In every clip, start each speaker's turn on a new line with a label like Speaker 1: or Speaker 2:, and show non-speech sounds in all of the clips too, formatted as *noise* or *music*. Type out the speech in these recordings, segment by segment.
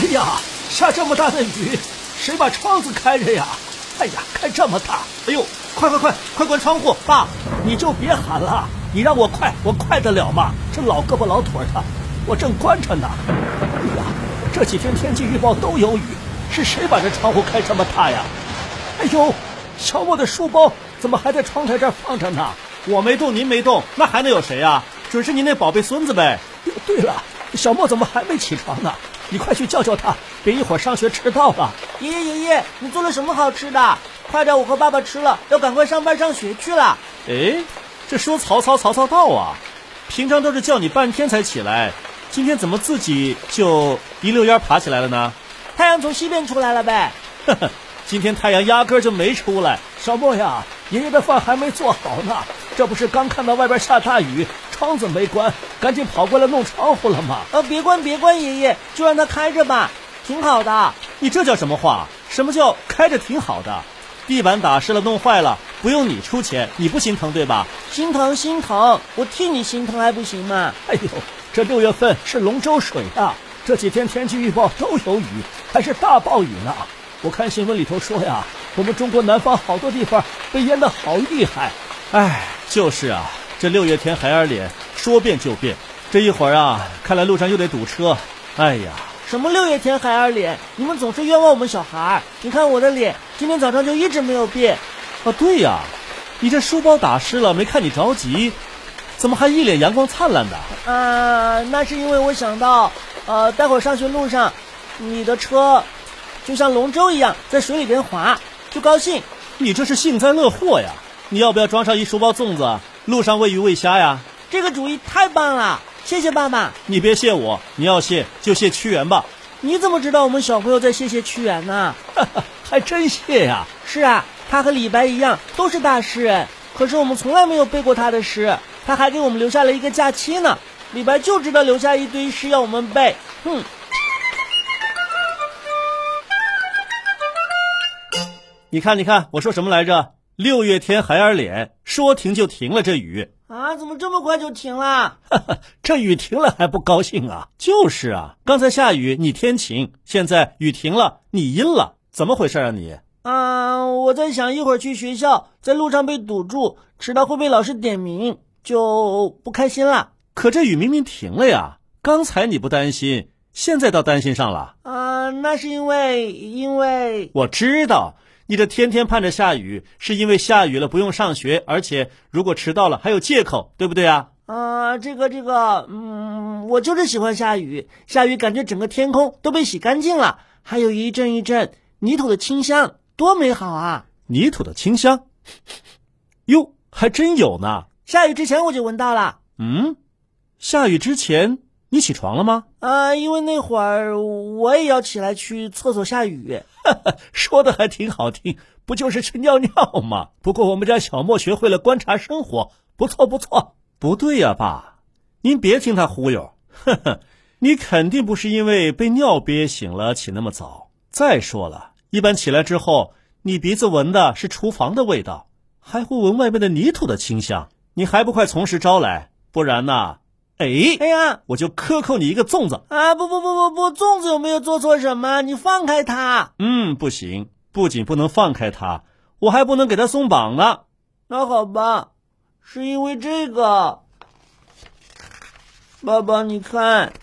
Speaker 1: 哎呀，下这么大的雨，谁把窗子开着呀？哎呀，开这么大！哎呦，快快快，快关窗户！爸，你就别喊了，你让我快，我快得了吗？这老胳膊老腿的，我正关着呢。哎呀，这几天天气预报都有雨，是谁把这窗户开这么大呀？哎呦，小莫的书包怎么还在窗台这儿放着呢？
Speaker 2: 我没动，您没动，那还能有谁啊？准是您那宝贝孙子呗。
Speaker 1: 对了，小莫怎么还没起床呢？你快去叫叫他，别一会儿上学迟到了。
Speaker 3: 爷爷爷爷，你做了什么好吃的？快点，我和爸爸吃了，要赶快上班上学去了。
Speaker 2: 哎，这说曹操曹操到啊！平常都是叫你半天才起来，今天怎么自己就一溜烟爬起来了呢？
Speaker 3: 太阳从西边出来了呗。
Speaker 2: 呵呵， *laughs* 今天太阳压根就没出来。
Speaker 1: 小莫呀，爷爷的饭还没做好呢，这不是刚看到外边下大雨。窗子没关，赶紧跑过来弄窗户了吗？
Speaker 3: 啊，别关别关，爷爷，就让它开着吧，挺好的。
Speaker 2: 你这叫什么话？什么叫开着挺好的？地板打湿了，弄坏了，不用你出钱，你不心疼对吧？
Speaker 3: 心疼心疼，我替你心疼还不行吗？
Speaker 1: 哎呦，这六月份是龙舟水啊，这几天天气预报都有雨，还是大暴雨呢。我看新闻里头说呀，我们中国南方好多地方被淹得好厉害。
Speaker 2: 哎，就是啊。这六月天孩儿脸说变就变，这一会儿啊，看来路上又得堵车。哎呀，
Speaker 3: 什么六月天孩儿脸？你们总是冤枉我们小孩儿。你看我的脸，今天早上就一直没有变。
Speaker 2: 啊，对呀、啊，你这书包打湿了，没看你着急，怎么还一脸阳光灿烂的？
Speaker 3: 啊，那是因为我想到，呃，待会儿上学路上，你的车就像龙舟一样在水里边划，就高兴。
Speaker 2: 你这是幸灾乐祸呀！你要不要装上一书包粽子？路上喂鱼喂虾呀，
Speaker 3: 这个主意太棒了！谢谢爸爸。
Speaker 2: 你别谢我，你要谢就谢屈原吧。
Speaker 3: 你怎么知道我们小朋友在谢谢屈原
Speaker 2: *laughs*
Speaker 3: 呢？
Speaker 1: 还真谢呀、啊！
Speaker 3: 是啊，他和李白一样都是大诗人，可是我们从来没有背过他的诗。他还给我们留下了一个假期呢。李白就知道留下一堆诗要我们背，哼。
Speaker 2: 你看，你看，我说什么来着？六月天孩儿脸，说停就停了。这雨
Speaker 3: 啊，怎么这么快就停
Speaker 2: *laughs*
Speaker 3: 了？
Speaker 1: 这雨停了还不高兴啊？
Speaker 2: 就是啊，刚才下雨你天晴，现在雨停了你阴了，怎么回事啊你？
Speaker 3: 啊，我在想一会儿去学校，在路上被堵住，迟到会被老师点名，就不开心了。
Speaker 2: 可这雨明明停了呀，刚才你不担心，现在倒担心上了。
Speaker 3: 啊，那是因为因为
Speaker 2: 我知道。你这天天盼着下雨，是因为下雨了不用上学，而且如果迟到了还有借口，对不对啊？
Speaker 3: 啊、呃，这个这个，嗯，我就是喜欢下雨，下雨感觉整个天空都被洗干净了，还有一阵一阵泥土的清香，多美好啊！
Speaker 2: 泥土的清香，哟，还真有呢。
Speaker 3: 下雨之前我就闻到了。
Speaker 2: 嗯，下雨之前你起床了吗？
Speaker 3: 啊、呃，因为那会儿我也要起来去厕所下
Speaker 2: *laughs*
Speaker 3: 雨。
Speaker 1: 说的还挺好听，不就是去尿尿吗？不过我们家小莫学会了观察生活，不错不错。
Speaker 2: 不对呀、啊，爸，您别听他忽悠。 *laughs* 呵呵，你肯定不是因为被尿憋醒了起那么早。再说了，一般起来之后，你鼻子闻的是厨房的味道，还会闻外面的泥土的清香。你还不快从实招来，不然呐、啊，哎
Speaker 3: 哎呀，
Speaker 2: 我就克扣你一个粽子。
Speaker 3: 啊不不不不不，粽子有没有做错什么？你放开他。
Speaker 2: 嗯，不行，不仅不能放开他，我还不能给他松绑呢。
Speaker 3: 那好吧，是因为这个。爸爸，你看，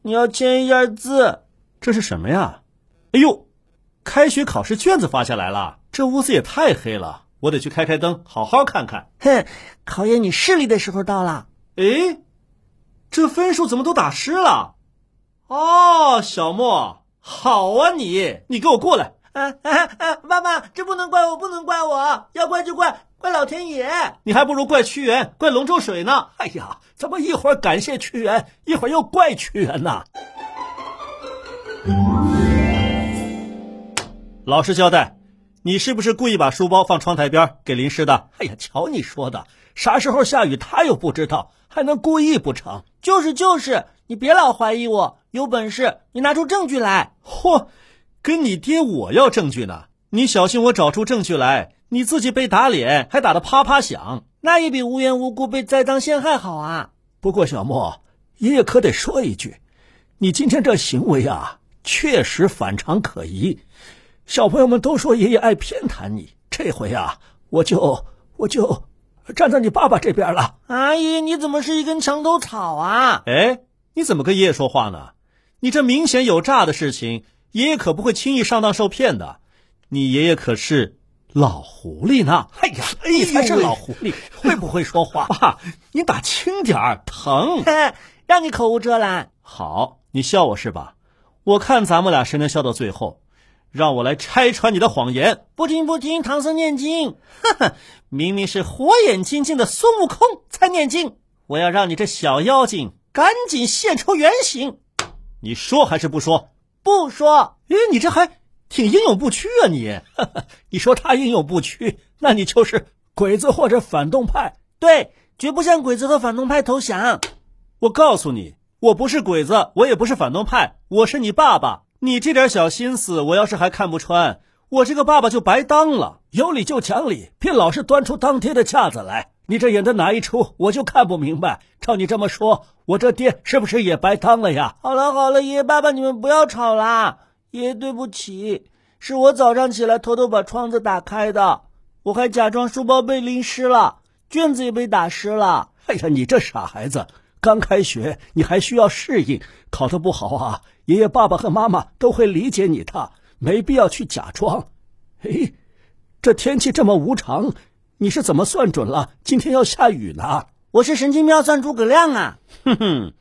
Speaker 3: 你要签一下字。
Speaker 2: 这是什么呀？哎呦，开学考试卷子发下来了。这屋子也太黑了，我得去开开灯，好好看看。
Speaker 3: 哼，考验你视力的时候到了。
Speaker 2: 哎，这分数怎么都打湿了？哦，小莫。好啊你，你你给我过来！
Speaker 3: 啊啊啊！爸爸，这不能怪我，不能怪我，要怪就怪怪老天爷！
Speaker 2: 你还不如怪屈原，怪龙舟水呢！
Speaker 1: 哎呀，怎么一会儿感谢屈原，一会儿又怪屈原呢？
Speaker 2: 老实交代，你是不是故意把书包放窗台边给淋湿的？
Speaker 1: 哎呀，瞧你说的，啥时候下雨他又不知道，还能故意不成？
Speaker 3: 就是就是，你别老怀疑我，有本事你拿出证据来。
Speaker 2: 嚯，跟你爹我要证据呢！你小心我找出证据来，你自己被打脸还打得啪啪响。
Speaker 3: 那也比无缘无故被栽赃陷害好啊！
Speaker 1: 不过小莫，爷爷可得说一句，你今天这行为啊，确实反常可疑。小朋友们都说爷爷爱偏袒你，这回啊，我就我就站在你爸爸这边了。
Speaker 3: 阿姨，你怎么是一根墙头草啊？
Speaker 2: 哎，你怎么跟爷爷说话呢？你这明显有诈的事情，爷爷可不会轻易上当受骗的。你爷爷可是老狐狸呢。
Speaker 1: 哎呀，你才是老
Speaker 3: 哎
Speaker 1: 狐狸，会不会
Speaker 3: *laughs*
Speaker 1: 说话？
Speaker 2: 爸，你打轻点儿，疼。
Speaker 3: 嘿，让你口无遮拦。
Speaker 2: 好，你笑我是吧？我看咱们俩谁能笑到最后。让我来拆穿你的谎言。
Speaker 3: 不听不听，唐僧念经，
Speaker 2: 明明是火眼金睛的孙悟空才念经，我要让你这小妖精
Speaker 3: 赶紧现出原形！
Speaker 2: 你说还是不说？
Speaker 3: 不说，
Speaker 2: 哎，你这还挺英勇不屈啊你！
Speaker 1: 你说他英勇不屈，那你就是鬼子或者反动派。
Speaker 3: 对，绝不向鬼子和反动派投降。
Speaker 2: 我告诉你，我不是鬼子，我也不是反动派，我是你爸爸。你这点小心思，我要是还看不穿，我这个爸爸就白当了。
Speaker 1: 有理就讲理，别老是端出当爹的架子来。你这演的哪一出，我就看不明白。照你这么说，我这爹是不是也白当了呀？
Speaker 3: 好了好了，爷爷爸爸，你们不要吵啦。爷爷对不起，是我早上起来偷偷把窗子打开的，我还假装书包被淋湿了，卷子也被打湿了。
Speaker 1: 哎呀，你这傻孩子，刚开学你还需要适应，考得不好啊，爷爷、爸爸和妈妈都会理解你的，没必要去假装。哎，这天气这么无常，你是怎么算准了今天要下雨呢？
Speaker 3: 我是神经妙算诸葛亮啊！
Speaker 2: 哼哼，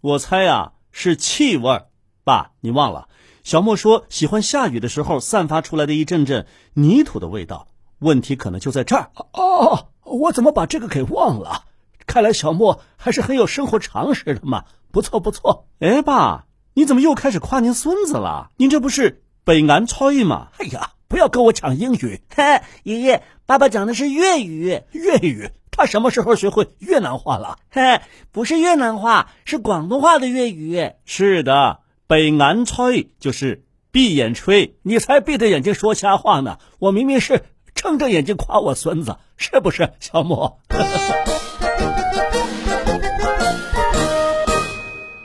Speaker 2: 我猜啊是气味儿。爸，你忘了，小莫说喜欢下雨的时候散发出来的一阵阵泥土的味道。问题可能就在这儿。
Speaker 1: 哦，我怎么把这个给忘了？看来小莫还是很有生活常识的嘛，不错不错。
Speaker 2: 哎，爸，你怎么又开始夸您孙子了？您这不是北南吹吗？
Speaker 1: 哎呀，不要跟我讲英语、
Speaker 3: *laughs* 嘿，爷爷，爸爸讲的是粤语，
Speaker 1: 粤语，他什么时候学会越南话了？
Speaker 3: 嘿，不是越南话，是广东话的粤语。
Speaker 2: 是的，北南吹就是闭眼吹。
Speaker 1: 你才闭着眼睛说瞎话呢！我明明是睁着眼睛夸我孙子，是不是，小莫？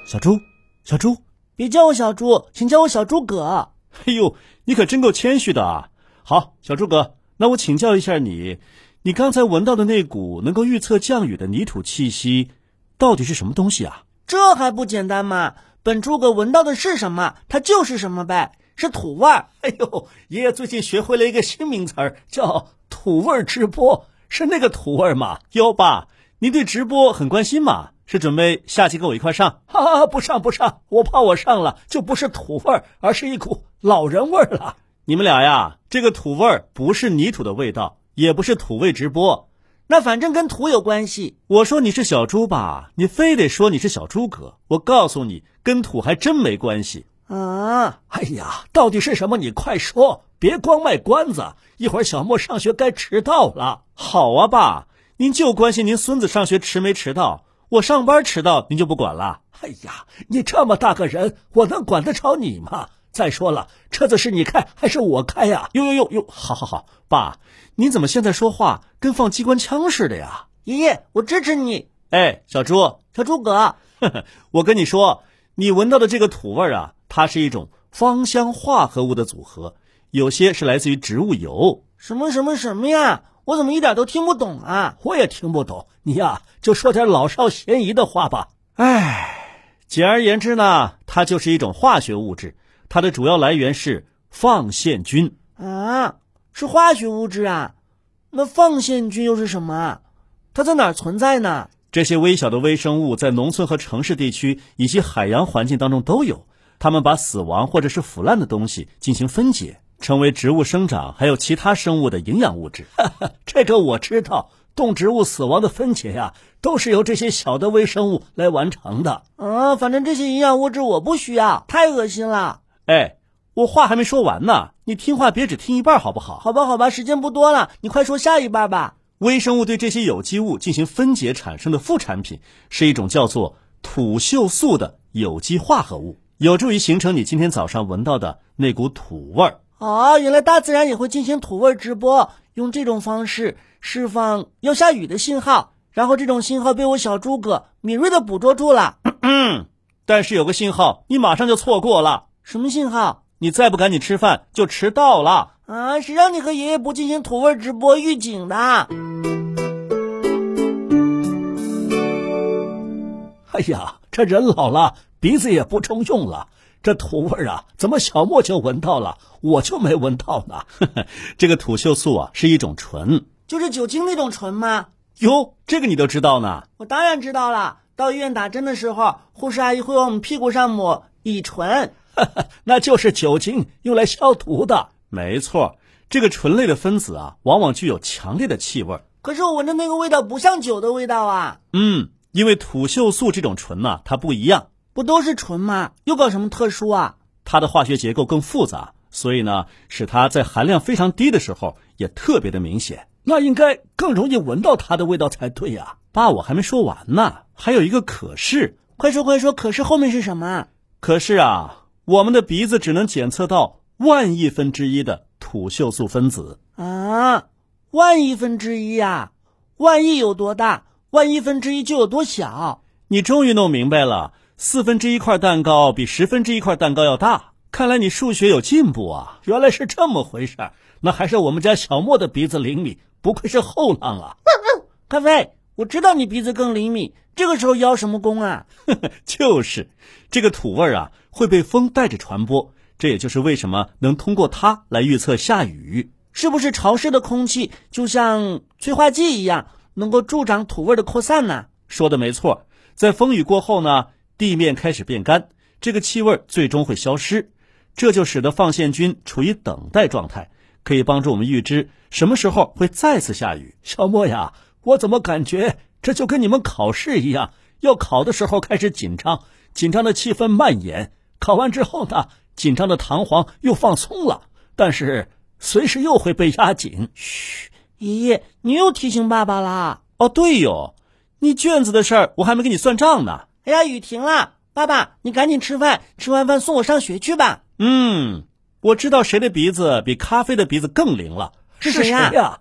Speaker 2: 小猪，小猪，
Speaker 3: 别叫我小猪，请叫我小诸葛。
Speaker 2: 哎呦，你可真够谦虚的啊！好，小诸葛，那我请教一下你，你刚才闻到的那股能够预测降雨的泥土气息，到底是什么东西啊？
Speaker 3: 这还不简单吗？本诸葛闻到的是什么，它就是什么呗，是土味儿。
Speaker 1: 哎呦，爷爷最近学会了一个新名词儿，叫“土味儿直播”，是那个土味儿吗？
Speaker 2: 哟，爸，您对直播很关心嘛？是准备下期跟我一块
Speaker 1: *laughs*
Speaker 2: 上？
Speaker 1: 啊，不上不上，我怕我上了就不是土味儿，而是一股老人味儿了。
Speaker 2: *laughs* 你们俩呀，这个土味儿不是泥土的味道，也不是土味直播。
Speaker 3: 那反正跟土有关系。
Speaker 2: 我说你是小猪吧，你非得说你是小诸葛。我告诉你，跟土还真没关系。
Speaker 3: 啊，
Speaker 1: 哎呀，到底是什么？你快说，别光卖关子。一会儿小莫上学该迟到了。
Speaker 2: 好啊，爸，您就关心您孙子上学迟没迟到，我上班迟到您就不管了。
Speaker 1: 哎呀，你这么大个人，我能管得着你吗？再说了，车子是你开还是我开呀、
Speaker 2: 哟哟哟哟，好好好，爸，您怎么现在说话跟放机关枪似的呀？
Speaker 3: 爷爷，我支持你，
Speaker 2: 哎，小猪，
Speaker 3: 小诸葛。
Speaker 2: *laughs* 我跟你说，你闻到的这个土味儿啊，它是一种芳香化合物的组合，有些是来自于植物油。
Speaker 3: 什么什么什么呀？我怎么一点都听不懂啊？
Speaker 1: 我也听不懂。你呀、就说点老少咸宜的话吧。
Speaker 2: 简而言之呢，它就是一种化学物质，它的主要来源是放线菌。
Speaker 3: 啊，是化学物质啊？那放线菌又是什么啊？它在哪儿存在呢？
Speaker 2: 这些微小的微生物在农村和城市地区以及海洋环境当中都有，它们把死亡或者是腐烂的东西进行分解，成为植物生长还有其他生物的营养物质。 *laughs*
Speaker 1: 这个我知道，动植物死亡的分解呀、都是由这些小的微生物来完成的。
Speaker 3: 啊，反正这些营养物质我不需要，太恶心了。
Speaker 2: 哎，我话还没说完呢，你听话别只听一半好不好？
Speaker 3: 好吧，好吧，时间不多了，你快说下一半吧。
Speaker 2: 微生物对这些有机物进行分解产生的副产品是一种叫做土锈素的有机化合物，有助于形成你今天早上闻到的那股土味儿。
Speaker 3: 哦，原来大自然也会进行土味直播，用这种方式释放要下雨的信号，然后这种信号被我小诸葛敏锐的捕捉住了。
Speaker 2: 但是有个信号，你马上就错过了，
Speaker 3: 什么信号
Speaker 2: 你再不赶紧吃饭就迟到了。
Speaker 3: 啊？谁让你和爷爷不进行土味直播预警的？
Speaker 1: 哎呀，这人老了，鼻子也不中用了，这土味儿啊，怎么小莫就闻到了，我就没闻到呢？
Speaker 2: *laughs* 这个土锈素啊是一种醇，
Speaker 3: 就是酒精那种醇吗？
Speaker 2: 哟，这个你都知道呢？
Speaker 3: 我当然知道了，到医院打针的时候，护士阿姨会往我们屁股上抹乙醇。
Speaker 1: 那就是酒精用来消毒的。
Speaker 2: 没错，这个醇类的分子啊，往往具有强烈的气味儿。
Speaker 3: 可是我闻着那个味道不像酒的味道啊，
Speaker 2: 嗯，因为土锈素这种醇呢、它不一样，
Speaker 3: 不都是醇吗？又搞什么特殊啊？
Speaker 2: 它的化学结构更复杂，所以呢，使它在含量非常低的时候也特别的明显。
Speaker 1: 那应该更容易闻到它的味道才对
Speaker 3: 啊
Speaker 1: 呀、
Speaker 2: 爸，我还没说完呢，还有一个可是，
Speaker 3: 快说快说！可是后面是什么？
Speaker 2: 可是啊，我们的鼻子只能检测到万亿分之一的土锈素分子。
Speaker 3: 啊，万亿分之一啊！万亿有多大？万亿分之一就有多小。
Speaker 2: 你终于弄明白了，四分之一块蛋糕比十分之一块蛋糕要大。看来你数学有进步啊！
Speaker 1: 原来是这么回事儿，那还是我们家小莫的鼻子灵敏，不愧是后浪啊！
Speaker 3: 咖啡，我知道你鼻子更灵敏，这个时候邀什么功啊？
Speaker 2: *laughs* 就是这个土味儿啊，会被风带着传播，这也就是为什么能通过它来预测下雨。
Speaker 3: 是不是潮湿的空气就像催化剂一样，能够助长土味的扩散呢？
Speaker 2: 说的没错，在风雨过后呢，地面开始变干，这个气味儿最终会消失，这就使得放线菌处于等待状态，可以帮助我们预知什么时候会再次下雨。
Speaker 1: 小莫呀，我怎么感觉这就跟你们考试一样，要考的时候开始紧张，紧张的气氛蔓延，考完之后呢，紧张的弹簧又放松了，但是随时又会被压紧。
Speaker 3: 爷爷，你又提醒爸啊爸啦！
Speaker 2: 哦，对哟，你卷子的事儿我还没给你算账呢。
Speaker 3: 哎呀，雨停了，爸爸，你赶紧吃饭，吃完饭送我上学去吧。
Speaker 2: 嗯，我知道谁的鼻子比咖啡的鼻子更灵了。
Speaker 3: 是
Speaker 1: 是
Speaker 3: 谁啊呀、
Speaker 1: 呀？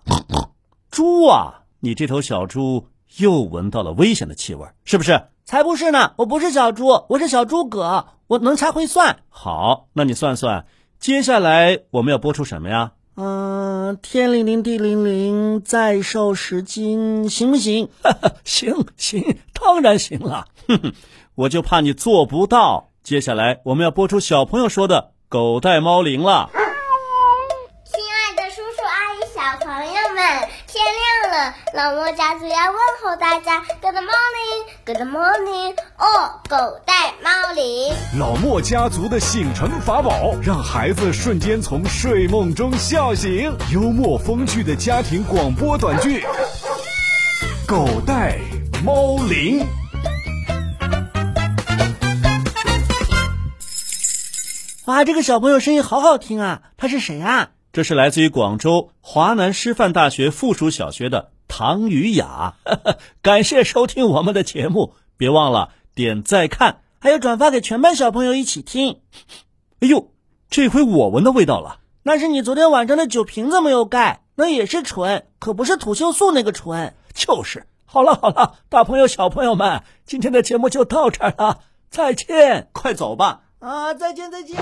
Speaker 2: 猪啊，你这头小猪又闻到了危险的气味儿，是不是？
Speaker 3: 才不是呢！我不是小猪，我是小诸葛，我能查会算。
Speaker 2: 好，那你算算，接下来我们要播出什么呀？
Speaker 3: 嗯、天灵灵地灵灵，再瘦十斤行不
Speaker 2: *laughs*
Speaker 3: 行？
Speaker 1: 行行，当然行了。
Speaker 2: 我就怕你做不到。接下来我们要播出小朋友说的《狗带猫铃》了。
Speaker 4: 亲爱的叔叔、阿姨、小朋友们，天亮了，老莫家族要问候大家，Good morning，Good morning，哦，狗带猫铃。
Speaker 5: 老莫家族的醒神法宝，让孩子瞬间从睡梦中笑醒。幽默风趣的家庭广播短剧，《狗带猫铃》。
Speaker 3: 哇，这个小朋友声音好好听啊！他是谁啊？
Speaker 2: 这是来自于广州华南师范大学附属小学的唐雨雅。 *laughs*
Speaker 1: 感谢收听我们的节目，
Speaker 2: 别忘了点再看。
Speaker 3: 还有转发给全班小朋友一起听。
Speaker 2: 哎呦，这回我闻到味道了。
Speaker 3: 那是你昨天晚上的酒瓶子没有盖，那也是醇，可不是土锈素那个醇。
Speaker 1: 就是。好了好了，大朋友小朋友们，今天的节目就到这儿了，再见。
Speaker 2: 快走吧。
Speaker 3: 啊，再见再见。